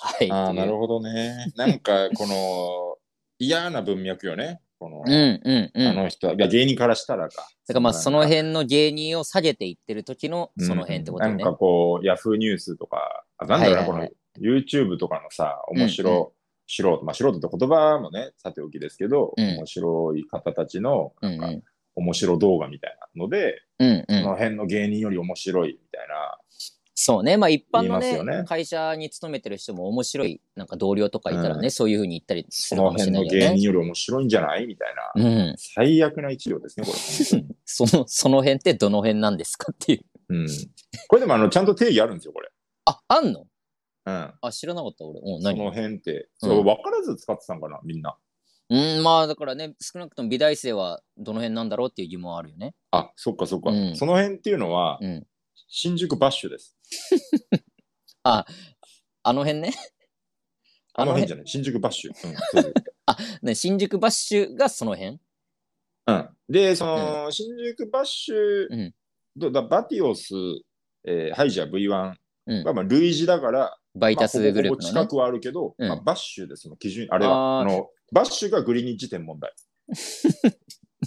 Speaker 2: はい。
Speaker 3: ああ、なる
Speaker 2: ほ
Speaker 3: ほどね。なんか、この、嫌な文脈よね。この、
Speaker 2: うんうんう
Speaker 3: あ
Speaker 2: ん。
Speaker 3: の人は、いや、芸人からしたらか。
Speaker 2: だからまあ、その
Speaker 3: なんか
Speaker 2: 辺の芸人を下げていってる時の、その辺ってこと
Speaker 3: うん
Speaker 2: ね
Speaker 3: なん。かこう、ヤフーニュースとか、あなんだろうな、
Speaker 2: はいはいはい
Speaker 3: この YouTube とかのさ、面白、
Speaker 2: うん
Speaker 3: 素人、まあ、素人って言葉もね、さておきですけど、
Speaker 2: うん
Speaker 3: 面白い方たちの
Speaker 2: うんうん。
Speaker 3: 面白動画みたいなので、
Speaker 2: うんう
Speaker 3: そ
Speaker 2: ん。
Speaker 3: の辺の芸人より面白いみたいな、
Speaker 2: そうね。まあ、一般の
Speaker 3: 言
Speaker 2: ね
Speaker 3: いますよね
Speaker 2: 会社に勤めてる人も面白い、なんか同僚とかいたらね、
Speaker 3: う
Speaker 2: そういうふうに言ったりす
Speaker 3: そ
Speaker 2: るか
Speaker 3: の
Speaker 2: もしれ
Speaker 3: 辺
Speaker 2: な
Speaker 3: の
Speaker 2: いよ
Speaker 3: 芸
Speaker 2: ね。
Speaker 3: 人より面白いんじゃないみたいな、
Speaker 2: うん。
Speaker 3: 最悪な一両ですね、こ
Speaker 2: その、その辺ってどの辺なんですかっていう。
Speaker 3: れ。うん、これでもあのちゃんと定義あるんですよ、これ。
Speaker 2: あ、あんの
Speaker 3: うん。
Speaker 2: あ、知らなかった、俺。うん、
Speaker 3: そ
Speaker 2: 何
Speaker 3: の辺って、
Speaker 2: うん
Speaker 3: そう分からず使ってたんかな、みんな。
Speaker 2: うん、まあ、だからね、少なくとも美大生はどの辺なんだろうっていう疑問はあるよね。
Speaker 3: あ、そっかそっか。
Speaker 2: うん
Speaker 3: その辺っていうのは、
Speaker 2: うん。
Speaker 3: 新宿バッシュです。
Speaker 2: あの辺ね。
Speaker 3: あの辺
Speaker 2: じ
Speaker 3: じゃない、新宿バッシュ。 うんそうそう
Speaker 2: ゃね、新宿バッシュがその辺
Speaker 3: うん、で、その、新宿バッシ
Speaker 2: うん
Speaker 3: ュ、どだバティオス、えーハイジャー V1
Speaker 2: うん
Speaker 3: は、まあ、類似だから、
Speaker 2: バイ
Speaker 3: まあ
Speaker 2: タスグループ
Speaker 3: ほぼほぼ
Speaker 2: の
Speaker 3: 近
Speaker 2: ね。
Speaker 3: くはあるけど、
Speaker 2: うん
Speaker 3: まあ、バッシュでその基準、あれは、
Speaker 2: あ
Speaker 3: あ
Speaker 2: ー
Speaker 3: のバッシュがグリニッジ天 文台。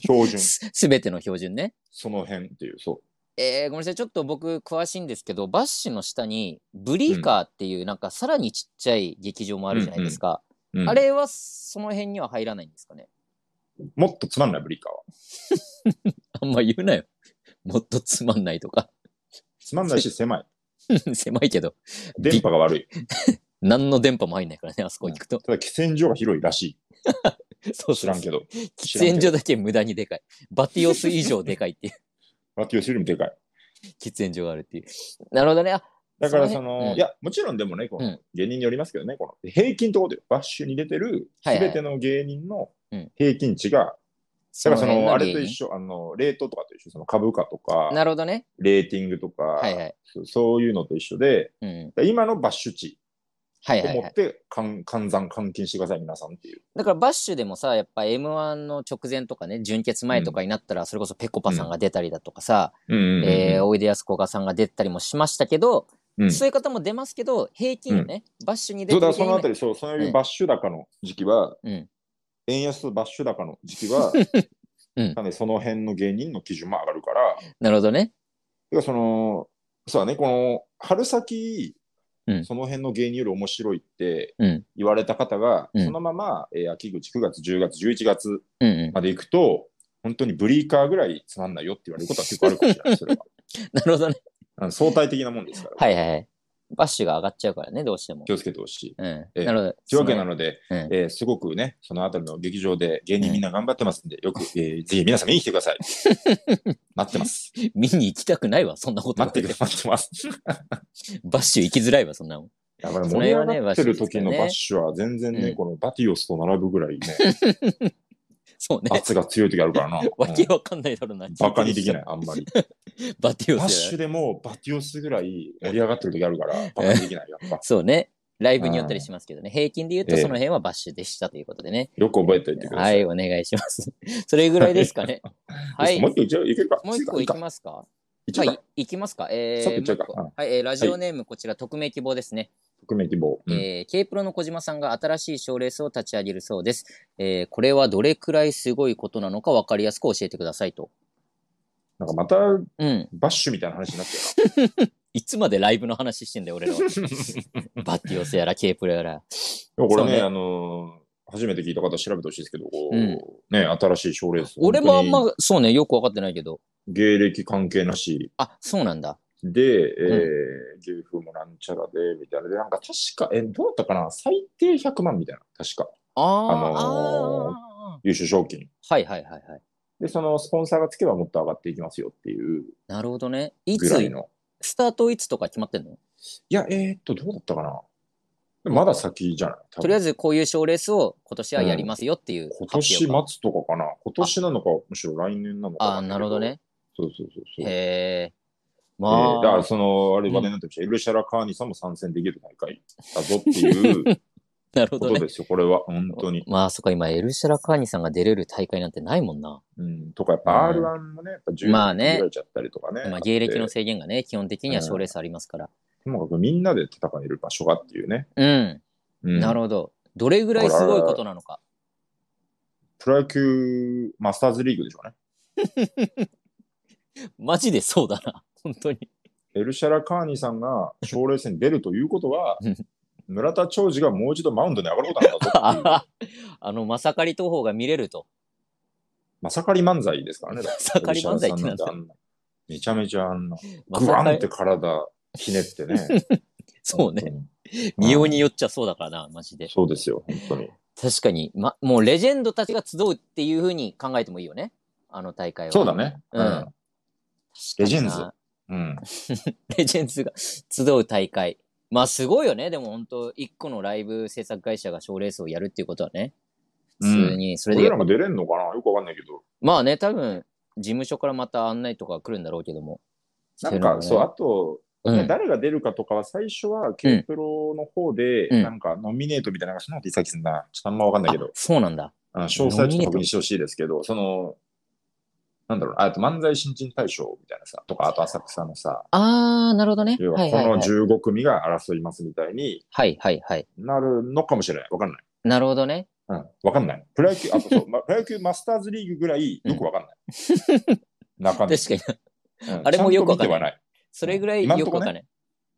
Speaker 3: 標準、
Speaker 2: すすべての標準ね。
Speaker 3: その辺っていう、そう。
Speaker 2: えー、ごめんなさい、ちょっと僕詳しいんですけど、バッシュの下にブリーカーっていう、なんかさらにちっちゃい劇場もあるじゃないですか。
Speaker 3: うん
Speaker 2: あれはその辺には入らないんですかね。
Speaker 3: もっとつまんないブリーカーは。
Speaker 2: あんま言うなよ。 もっとつまんないとか。
Speaker 3: つまんないし狭い。
Speaker 2: 狭いけど、
Speaker 3: 電波が悪い。
Speaker 2: 何の電波も入んないからね、あそこ行くと。
Speaker 3: ただ、喫煙所が広いらし
Speaker 2: そう
Speaker 3: い。知らんけ
Speaker 2: ど。
Speaker 3: ど。
Speaker 2: 喫煙所だけ無駄にでかい。バティオス以上でかいっていう
Speaker 3: バティオスよりもでかい。
Speaker 2: 喫煙所があるっていう。なるほどね。あ
Speaker 3: だからそ
Speaker 2: その
Speaker 3: の、
Speaker 2: 辺うん
Speaker 3: いや、もちろんでもね、こ
Speaker 2: う
Speaker 3: の
Speaker 2: ん
Speaker 3: 芸人によりますけどね、この平均ってことよ。バッシュに出てる
Speaker 2: はい
Speaker 3: す
Speaker 2: はい
Speaker 3: べての芸人の
Speaker 2: うん
Speaker 3: 平均値が、
Speaker 2: そ
Speaker 3: だからその、あれと
Speaker 2: 芸人
Speaker 3: 一緒、あの、レートとかと一緒、その株価とか、
Speaker 2: なるほどね。
Speaker 3: レーティングとか、
Speaker 2: はいはい。
Speaker 3: そうそういうのと一緒で、
Speaker 2: うん。
Speaker 3: だから今のバッシュ値
Speaker 2: はい
Speaker 3: と
Speaker 2: はい、
Speaker 3: 思
Speaker 2: は
Speaker 3: っ
Speaker 2: い。
Speaker 3: て、換換算、換金してください、皆さんっていう。
Speaker 2: だからバッシュでもさ、やっぱ M1 の直前とかね、準決前とかになったら、それこそぺこぱさんが出たりだとかさ、
Speaker 3: うんうんうん
Speaker 2: えーおいでやすこがさんが出たりもしましたけど、
Speaker 3: うん
Speaker 2: そういう方も出ますけど、平均よね、バッシュに出
Speaker 3: そう
Speaker 2: て
Speaker 3: だか
Speaker 2: る
Speaker 3: らそ
Speaker 2: 芸
Speaker 3: のあ
Speaker 2: 人
Speaker 3: たり、そう、そう
Speaker 2: う
Speaker 3: いうんバッシュ高の時期は、
Speaker 2: うん
Speaker 3: 円安バッシュ高の時期は、
Speaker 2: うん
Speaker 3: なんでその辺の芸人の基準も上がるから、
Speaker 2: なるほどね。
Speaker 3: てかその、そうだね、この、春先、
Speaker 2: うん
Speaker 3: その辺の芸人より面白いって
Speaker 2: うん
Speaker 3: 言われた方が、
Speaker 2: うん
Speaker 3: そのまま、えー秋口、9月、10月、11月
Speaker 2: うんうん。
Speaker 3: まで行くと、本当にブリーカーぐらいつまんないよって言われることは結構あるかもしれ ない、それは。
Speaker 2: なるほどね。
Speaker 3: あの相対的なもんですから、
Speaker 2: はいはいはい。バッシュが上がっちゃうからね、どうしても
Speaker 3: 気。をつけてほしい。
Speaker 2: うん。
Speaker 3: ええ
Speaker 2: なるほど。
Speaker 3: というわけなので、
Speaker 2: そのうん
Speaker 3: えーすごくね、そのあたりの劇場で芸人みんな頑張ってますんで、よく、えーぜひ皆さん見に来てく ださい。待ってます。
Speaker 2: 見に行きたくないわ、そんなこと。
Speaker 3: 待ってください。待ってます。
Speaker 2: バッシュ行きづらいわ、そんなもん。
Speaker 3: やばい、
Speaker 2: そ
Speaker 3: 盛り
Speaker 2: れは
Speaker 3: 上
Speaker 2: ね
Speaker 3: がってる時の
Speaker 2: バ
Speaker 3: バ
Speaker 2: ッ
Speaker 3: ッシュは全然ね、
Speaker 2: うん
Speaker 3: このバティオスと並ぶぐらいね、
Speaker 2: そうね。
Speaker 3: 圧が強い時あ るからな。
Speaker 2: わけ
Speaker 3: うん
Speaker 2: わかんないだろうな。
Speaker 3: バカにできない
Speaker 2: い。、
Speaker 3: あんまり。
Speaker 2: バティオスや
Speaker 3: バッシュでもバティオスぐらい盛り上がってる時あるから、バカにできない、やっぱ。
Speaker 2: そうね。ライブによったりしますけどね。平均で言うと
Speaker 3: ええ
Speaker 2: その辺はバッシュでしたということでね。
Speaker 3: よく覚えておいてくだ
Speaker 2: は
Speaker 3: さい。
Speaker 2: い、お願いします。 それぐらいですかね。は
Speaker 3: よし
Speaker 2: い
Speaker 3: もう。一個いっちゃういけるか。
Speaker 2: もう一個
Speaker 3: い
Speaker 2: い
Speaker 3: いか
Speaker 2: きますか
Speaker 3: いっちゃ
Speaker 2: は
Speaker 3: う
Speaker 2: い
Speaker 3: か。、
Speaker 2: いきますか。え
Speaker 3: さっ
Speaker 2: ー、
Speaker 3: き言っちゃうか
Speaker 2: もう一
Speaker 3: うん
Speaker 2: 個はい、えーラジオネーム、こちら、匿名希望ですね。
Speaker 3: 匿名希望。うん
Speaker 2: えー、K プロの小島さんが新しい賞レースを立ち上げるそうです。えー、これはどれくらいすごいことなのか分かりやすく教えてくださいと。
Speaker 3: なんかまた
Speaker 2: うん。
Speaker 3: バッシュみたいな話になって
Speaker 2: いつまでライブの話してんだよ、俺ら は。バッティオスやら、K プロやら。
Speaker 3: るな。こ
Speaker 2: そ
Speaker 3: れ
Speaker 2: うね
Speaker 3: ね、あのー、初めて聞いた方調べてほしいですけど、こう
Speaker 2: う
Speaker 3: ね、新しい賞レース。
Speaker 2: 俺もあん
Speaker 3: 本当に
Speaker 2: ま、そうね、よく分かってないけど。
Speaker 3: 芸歴関係なし。
Speaker 2: あ、そうなんだ。
Speaker 3: で、えー、芸風もなんちゃらで、みたいな。で、なんか確か、え、どうだったかな最低100万みたいな、確か。
Speaker 2: あー、
Speaker 3: あのー
Speaker 2: あ
Speaker 3: 優勝賞金。
Speaker 2: ーはいはいはいはい。
Speaker 3: で、そのスポンサーがつけばもっと上がっていきますよっていう
Speaker 2: なるほどね。い
Speaker 3: ぐ
Speaker 2: つ
Speaker 3: ら、いの。
Speaker 2: スタートいつとか決まってんの
Speaker 3: いや、えー、っと、どうだったかなでもまだ先じゃない多分
Speaker 2: とりあえずこういう賞レースを今年はやりますよっていう
Speaker 3: 今
Speaker 2: 発表
Speaker 3: 年
Speaker 2: か。
Speaker 3: 末とかかな今年なのか、むしろ来年なのか
Speaker 2: ああ、
Speaker 3: わかん
Speaker 2: ない
Speaker 3: け
Speaker 2: るほどね。。
Speaker 3: そうそうそうそう。
Speaker 2: へえ。
Speaker 3: えーだか
Speaker 2: ま
Speaker 3: ら
Speaker 2: あ、
Speaker 3: その、あれ
Speaker 2: うん
Speaker 3: 話題になってました、エルシャラ・カーニさんも参戦できる大会だぞっていう
Speaker 2: なるほ
Speaker 3: こ
Speaker 2: どね。
Speaker 3: とですよ、これは、本当に。
Speaker 2: まあ、そっか、今、エルシャラカーニさんが出れる大会なんてないもんな。
Speaker 3: うん、とか、やっぱ
Speaker 2: うん
Speaker 3: R1 もね、やっぱ10
Speaker 2: まあ
Speaker 3: 年
Speaker 2: ね
Speaker 3: ぐらいちゃったりとかね。
Speaker 2: まあ、芸歴の
Speaker 3: あって
Speaker 2: 制限がね、基本的には賞レースありますから。
Speaker 3: ともかくみんなで戦える場所がっていうね。
Speaker 2: うん、
Speaker 3: うん
Speaker 2: なるほど。どれぐらいすごいことなのか。
Speaker 3: プロ野球マスターズリーグでしょうね。
Speaker 2: マジでそうだな。 本当に。
Speaker 3: エルシャラ・カーニさんが賞レースに出るというこ とは
Speaker 2: うん、
Speaker 3: 村田兆治がもう一度マウンドに上がることなんだぞ。
Speaker 2: あの、まさかり投法が見れると。
Speaker 3: まさかり漫才です からね。だから
Speaker 2: さかり漫才ってなんだ
Speaker 3: エルシャラさんなんてあんなめちゃめちゃあんな、
Speaker 2: ま
Speaker 3: グ
Speaker 2: さ
Speaker 3: ワ
Speaker 2: か
Speaker 3: ンっ
Speaker 2: り
Speaker 3: て体ひねってね。
Speaker 2: そうね。
Speaker 3: 本
Speaker 2: 見ようによっちゃそうだからな、マジ
Speaker 3: 当
Speaker 2: で
Speaker 3: に。。そうですよ、本当に。
Speaker 2: 確かに、ま、もうレジェンドたちが集うっていうふうに考えてもいいよね。あの大会は。
Speaker 3: そうだね。
Speaker 2: う
Speaker 3: うんん。レジェンズうん。
Speaker 2: レジェンズが集う大会。まあすごいよね。でも本当一個のライブ制作会社が賞ーレースをやるっていうことはね。
Speaker 3: う
Speaker 2: 普
Speaker 3: ん
Speaker 2: 通に、それで
Speaker 3: 俺らも出れんのかなよくわかんないけど。
Speaker 2: まあね、多分、事務所からまた案内とか来るんだろうけども。
Speaker 3: なんか、そう、あ
Speaker 2: う
Speaker 3: と、
Speaker 2: いうのもね、うん、
Speaker 3: 誰が出るかとかは最初は K プロの方で、
Speaker 2: うん
Speaker 3: なんかノミネートみたいなのがしなかったさっきすんな。ちょっとあんまわかんないけ
Speaker 2: あ
Speaker 3: ど、
Speaker 2: そうなんだ。
Speaker 3: あの詳細はちょっと確認してほしいですけど、その、なんだろうな、あと漫才新人大賞みたいなさ、とか、あと浅草のさ、
Speaker 2: あー、なるほどね。
Speaker 3: 要は
Speaker 2: はい
Speaker 3: こ
Speaker 2: はい
Speaker 3: の
Speaker 2: はい。
Speaker 3: 15組が争いますみたいに
Speaker 2: はいはいはい。
Speaker 3: なるのかもしれない。わかんない。
Speaker 2: なるほどね。
Speaker 3: うん、わかんない。プロ野球、あとそう、ま、プロ野球マスターズリーグぐらいよくわかんない。中身
Speaker 2: 確かに。
Speaker 3: うん
Speaker 2: あれもよくわかんない
Speaker 3: ちゃと見てはない。
Speaker 2: それぐらい
Speaker 3: 今ん
Speaker 2: よ
Speaker 3: と
Speaker 2: く
Speaker 3: こ
Speaker 2: わ
Speaker 3: ね
Speaker 2: かんない。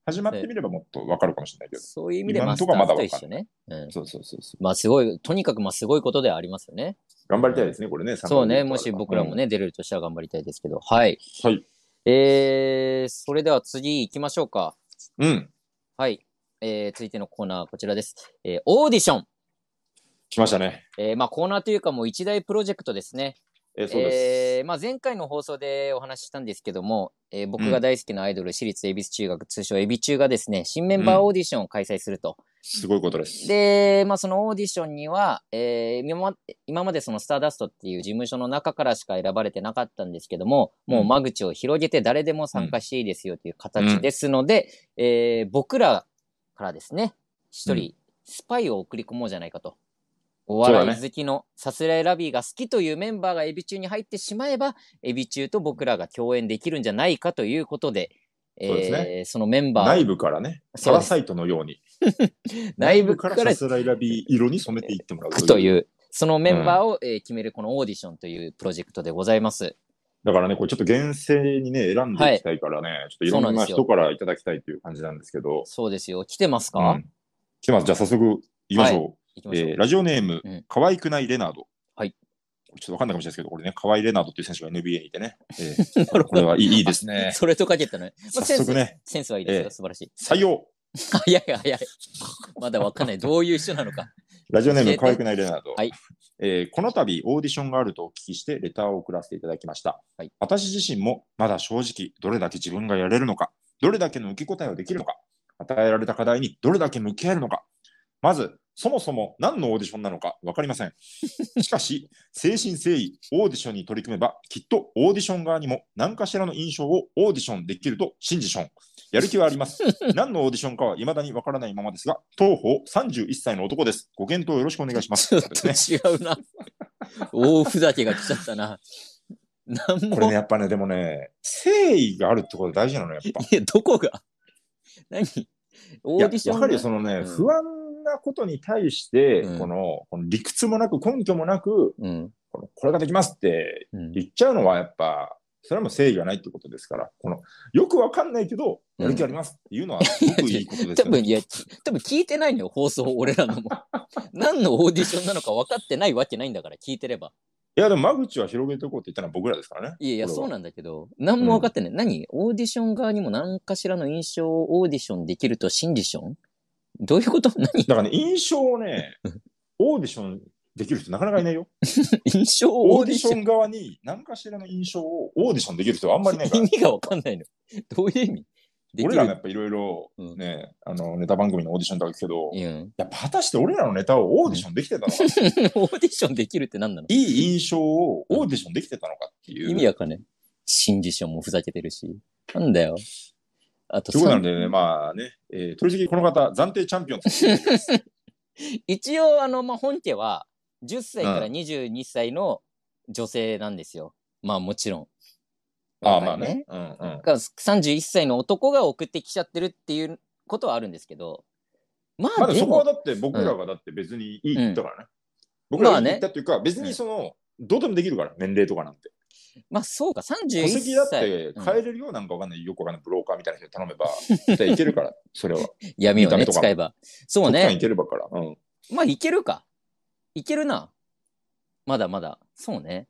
Speaker 3: 始まってみればもっとわかるかもしれないけど。
Speaker 2: そういう意味で
Speaker 3: 今
Speaker 2: マ
Speaker 3: ん
Speaker 2: ス
Speaker 3: と
Speaker 2: タ
Speaker 3: こはまだ
Speaker 2: ー
Speaker 3: わ
Speaker 2: ズ
Speaker 3: かん
Speaker 2: と
Speaker 3: ない
Speaker 2: 一緒ね。うん。
Speaker 3: そうそうそうそう。
Speaker 2: まあすごい、とにかくまあすごいことではありますよね。
Speaker 3: 頑張りたいですね、これね。
Speaker 2: そうね。もし僕らも
Speaker 3: ね。
Speaker 2: ね、出れるとしたら頑張りたいですけど。はい。
Speaker 3: はい。
Speaker 2: えー、それでは次行きましょうか。
Speaker 3: うん。
Speaker 2: はい。えー、続いてのコーナーはこちらです。えー、オーディション。
Speaker 3: 来ましたね。
Speaker 2: えーまあ、コーナーというかもう一大プロジェクトですね。
Speaker 3: えーそうです。
Speaker 2: えーまあ、前回の放送でお話ししたんですけども、えー僕が大好きなアイドル、私立恵比寿中学、通称恵比中がですね、新メンバーオーディションを開催すると。
Speaker 3: すごいことです。
Speaker 2: で、まあ、そのオーディションには、えー今ま今までそのスターダストっていう事務所の中からしか選ばれてなかったんですけども、もう間口を広げて誰でも参加していいですよという形ですので、えー僕らからですね、一
Speaker 3: う
Speaker 2: 人スパイを送り込もうじゃないかと。お笑い好きのさすらいラビーが好きというメンバーがエビ中に入ってしまえば、エビ中と僕らが共演できるんじゃないかということで、えー
Speaker 3: そうです
Speaker 2: そのメンバーを
Speaker 3: 内部からね、
Speaker 2: そ
Speaker 3: パ
Speaker 2: う
Speaker 3: ラ
Speaker 2: です
Speaker 3: サイトのように。
Speaker 2: 内部か
Speaker 3: かららさすらいラビー色に染めていってもらう
Speaker 2: と
Speaker 3: う。
Speaker 2: いう、そのメンバーを、えー決めるこのオーディションというプロジェクトでございます。
Speaker 3: だからね、これちょっと厳正にね、選んでいきたいからね、ちょっといろ
Speaker 2: そうんな
Speaker 3: なん
Speaker 2: ですよ
Speaker 3: 人からいただきたいという感じなんですけど。
Speaker 2: そうですよ。来てますか、
Speaker 3: うん来てます。じゃあ早速行きましょ
Speaker 2: 行き
Speaker 3: う。
Speaker 2: ましょう。
Speaker 3: えーラジオネーム
Speaker 2: うん、
Speaker 3: 可愛くないレナード。
Speaker 2: はい。
Speaker 3: ちょっとわかんないかもしれないですけど、これね、可愛いレナードっていう選手が NBA にいてね。え ーこれはいいいいですね。
Speaker 2: それとかけたのね。まあセン
Speaker 3: 早
Speaker 2: ス
Speaker 3: 速ね、
Speaker 2: センスはいいですよ。
Speaker 3: ええ
Speaker 2: 素晴らしい。
Speaker 3: 採用
Speaker 2: 早い早い。まだわかんない。どういう人なのか。
Speaker 3: ラジオネー
Speaker 2: 教え
Speaker 3: ム、
Speaker 2: て
Speaker 3: 可愛くないレナード。
Speaker 2: はい
Speaker 3: えーこの度、オーディションがあるとお聞きして、レターを送らせていただきました。
Speaker 2: はい
Speaker 3: 私自身も、まだ正直、どれだけ自分がやれるのか、どれだけの受け答えをできるのか、与えられた課題にどれだけ向き合えるのか、まず、そもそも何のオーディションなのか分かりま せん。しかし、誠心誠意、オーディションに取り組めば、きっとオーディション側にも何かしらの印象をオーディションできると信じション。やる気はあ ります。何のオーディションかは未だに分からないままですが、当方31歳の男です。ご検討よろしくお願いします。
Speaker 2: ちょっと違うな。大ふざけが来ちゃったな。なん
Speaker 3: これ
Speaker 2: も、
Speaker 3: ね、やっぱね、でもね、誠意があるってこと大事なのよ、やっぱ。
Speaker 2: いや、どこが何オ
Speaker 3: い
Speaker 2: ー
Speaker 3: や
Speaker 2: ディション
Speaker 3: わかるよ、そのね、
Speaker 2: うん
Speaker 3: 不安なことに対して、
Speaker 2: うん
Speaker 3: この、この理屈もなく、根拠もなく、
Speaker 2: うん。
Speaker 3: このこれができますって
Speaker 2: うん
Speaker 3: 言っちゃうのは、やっぱ、それはもう誠意がないってことですから、この、よくわかんないけど、
Speaker 2: うん
Speaker 3: やる気ありますっていうのは、すごくいいことで す
Speaker 2: 多
Speaker 3: よね。
Speaker 2: 分、いや、多分聞いてないのよ、放送、俺らのも。何のオーディションなのか分かってないわけないんだから、聞いてれば。
Speaker 3: いや、でも間口は広げていこうって言ったのは僕らですからね。
Speaker 2: いやいや、
Speaker 3: これ
Speaker 2: そ
Speaker 3: は
Speaker 2: うなんだけど、何も分かってない。何オーディション側にも何かしらの印象をオーディションできるとシンディションどういうこと何
Speaker 3: だからね、印象を ね、オーディションできる人なかなかいないよ。
Speaker 2: 印象を
Speaker 3: オ
Speaker 2: オ
Speaker 3: ー
Speaker 2: ーデ
Speaker 3: ディ
Speaker 2: ィシ
Speaker 3: シ
Speaker 2: ョ
Speaker 3: ョ
Speaker 2: ン
Speaker 3: ン側に何かしらの印象をオーディションできる人はあんまりいないから
Speaker 2: 意。味が分かん ないの。どういう意味でき
Speaker 3: 俺らもや
Speaker 2: る
Speaker 3: っぱいろいろ
Speaker 2: うん
Speaker 3: ね、あのネタ番組のオーディションとか行くけど、
Speaker 2: うん、
Speaker 3: やっぱ果たして俺らのネタをオーディションできてたのか、い
Speaker 2: オーディションできるって何なの
Speaker 3: い印象をオーディションできてたのかっていう。
Speaker 2: 意味わかんない。シンディションもふざけてるし。なんだよ。あと
Speaker 3: ということなのでね、まあね、えー、取り次ぎこの方、暫定チャンピオンとしていただきます
Speaker 2: 一応、あの、まあ、本家は、10歳から22歳の女性なんですよ。まあ、もちろん。
Speaker 3: ああ、まあね。。うんうん。
Speaker 2: が31歳の男が送ってきちゃってるっていうことはあるんですけど、ま
Speaker 3: ま
Speaker 2: あ、
Speaker 3: だ
Speaker 2: で
Speaker 3: そこは
Speaker 2: も、
Speaker 3: だって僕らがだって別にいいって言ったからね。僕ら
Speaker 2: ま
Speaker 3: が
Speaker 2: あね
Speaker 3: いいって言ったというか、別にその、どうでもできるから、年齢とかなんて。
Speaker 2: まあ、そうか、31
Speaker 3: 戸
Speaker 2: 歳。
Speaker 3: 籍だって
Speaker 2: うん
Speaker 3: 変えれるようなんかわかんない、よくわかんないブローカーみたいな人に頼め ば、絶対いけるから、それは。
Speaker 2: 闇を
Speaker 3: 見た目
Speaker 2: ね、
Speaker 3: とか
Speaker 2: 使えば。そう
Speaker 3: 極端い
Speaker 2: ね。
Speaker 3: ければから。うん。
Speaker 2: まあ、いけるか。いけるな。まだまだ。そうね。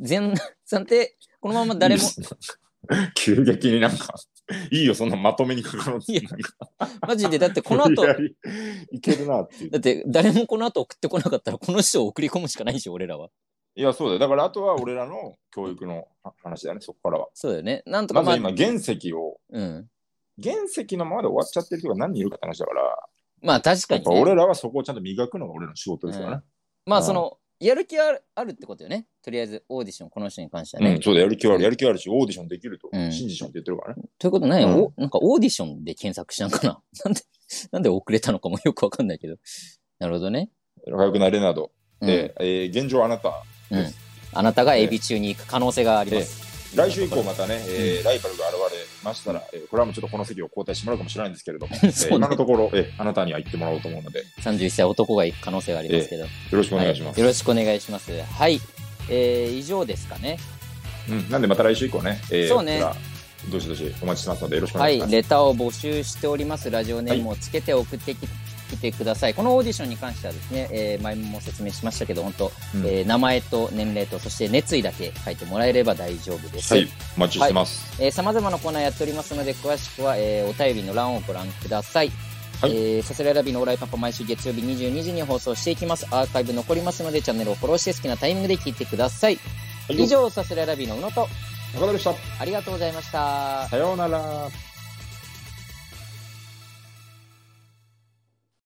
Speaker 2: 全、 暫定、このまま誰も、
Speaker 3: 急激になんか、いいよ、そんなまとめにかかろうって
Speaker 2: いや
Speaker 3: なんか
Speaker 2: マジで、だってこの
Speaker 3: 無理
Speaker 2: 後、
Speaker 3: や
Speaker 2: だ
Speaker 3: りいけるなっていう。
Speaker 2: って誰もこの後送ってこなかったら、この人を送り込むしかないでしょ、俺らは。
Speaker 3: いや、そうだよ。だから、あとは俺らの教育の話だね、そこからは。
Speaker 2: そうだよね。なんとか、
Speaker 3: ま
Speaker 2: まあ、
Speaker 3: ず今、原石を
Speaker 2: うん。
Speaker 3: 原石のままで終わっちゃってる人が何人いるかって話だから、
Speaker 2: まあ確か
Speaker 3: やっ
Speaker 2: に、
Speaker 3: ぱ
Speaker 2: ね。
Speaker 3: 俺らはそこをちゃんと磨くのが俺らの仕事ですからね。
Speaker 2: まあ
Speaker 3: うん
Speaker 2: その、やる気あるあるってことよね。とりあえずオーディション、この人に関しては
Speaker 3: う
Speaker 2: ね。
Speaker 3: ん、そうだ、やる気はある、やる気はあるし、オーディションできると
Speaker 2: うん
Speaker 3: 信じちゃうって言ってるからね。
Speaker 2: ということない、
Speaker 3: うん
Speaker 2: おなんかオーディションで検索したんかな なんで、なんで遅れたのかもよくわかんないけど。なるほどね。
Speaker 3: 仲良くなれなど。
Speaker 2: うん
Speaker 3: で、えー現状あなた、
Speaker 2: あなたが AB 中に行く可能性があります。
Speaker 3: 来週以降またね、えーライバルが現れましたら、えーこれはもうちょっとこの席を交代してもらうかもしれないんですけれども、 えー
Speaker 2: そうね
Speaker 3: 今のところ、えーあなたには行ってもらおうと思うので、よ
Speaker 2: 31歳男が行く可能性がありますけど。
Speaker 3: ろしくお願いします。
Speaker 2: はいよろしくお願いします。はい。えー、以上ですかね。
Speaker 3: うん、なんでまた来週以降ね、えー
Speaker 2: そうね
Speaker 3: こちらどしどしお待ちしてますので、よろしくお
Speaker 2: は
Speaker 3: 願いし
Speaker 2: い
Speaker 3: ま。す。
Speaker 2: レターを募集しております。ラジオネームをつけて送ってききてください。このオーディションに関してはですね、えー前も説明しましたけど、本当、
Speaker 3: うん
Speaker 2: えー名前と年齢と、そして熱意だけ書いてもらえれば大丈夫です。
Speaker 3: はい、お待ちしてます。
Speaker 2: えー、様々なコーナーやっておりますので、詳しくは、えーお便りの欄をご覧ください。
Speaker 3: はい
Speaker 2: えー、さすらいラビのオーライパパ毎週月曜日22時に放送していきます。アーカイブ残りますので、チャンネルをフォローして好きなタイミングで聞いてください。
Speaker 3: はい
Speaker 2: 以上、さすらいラビの宇野と、
Speaker 3: 中田でした。
Speaker 2: ありがとうございました。
Speaker 3: さようなら。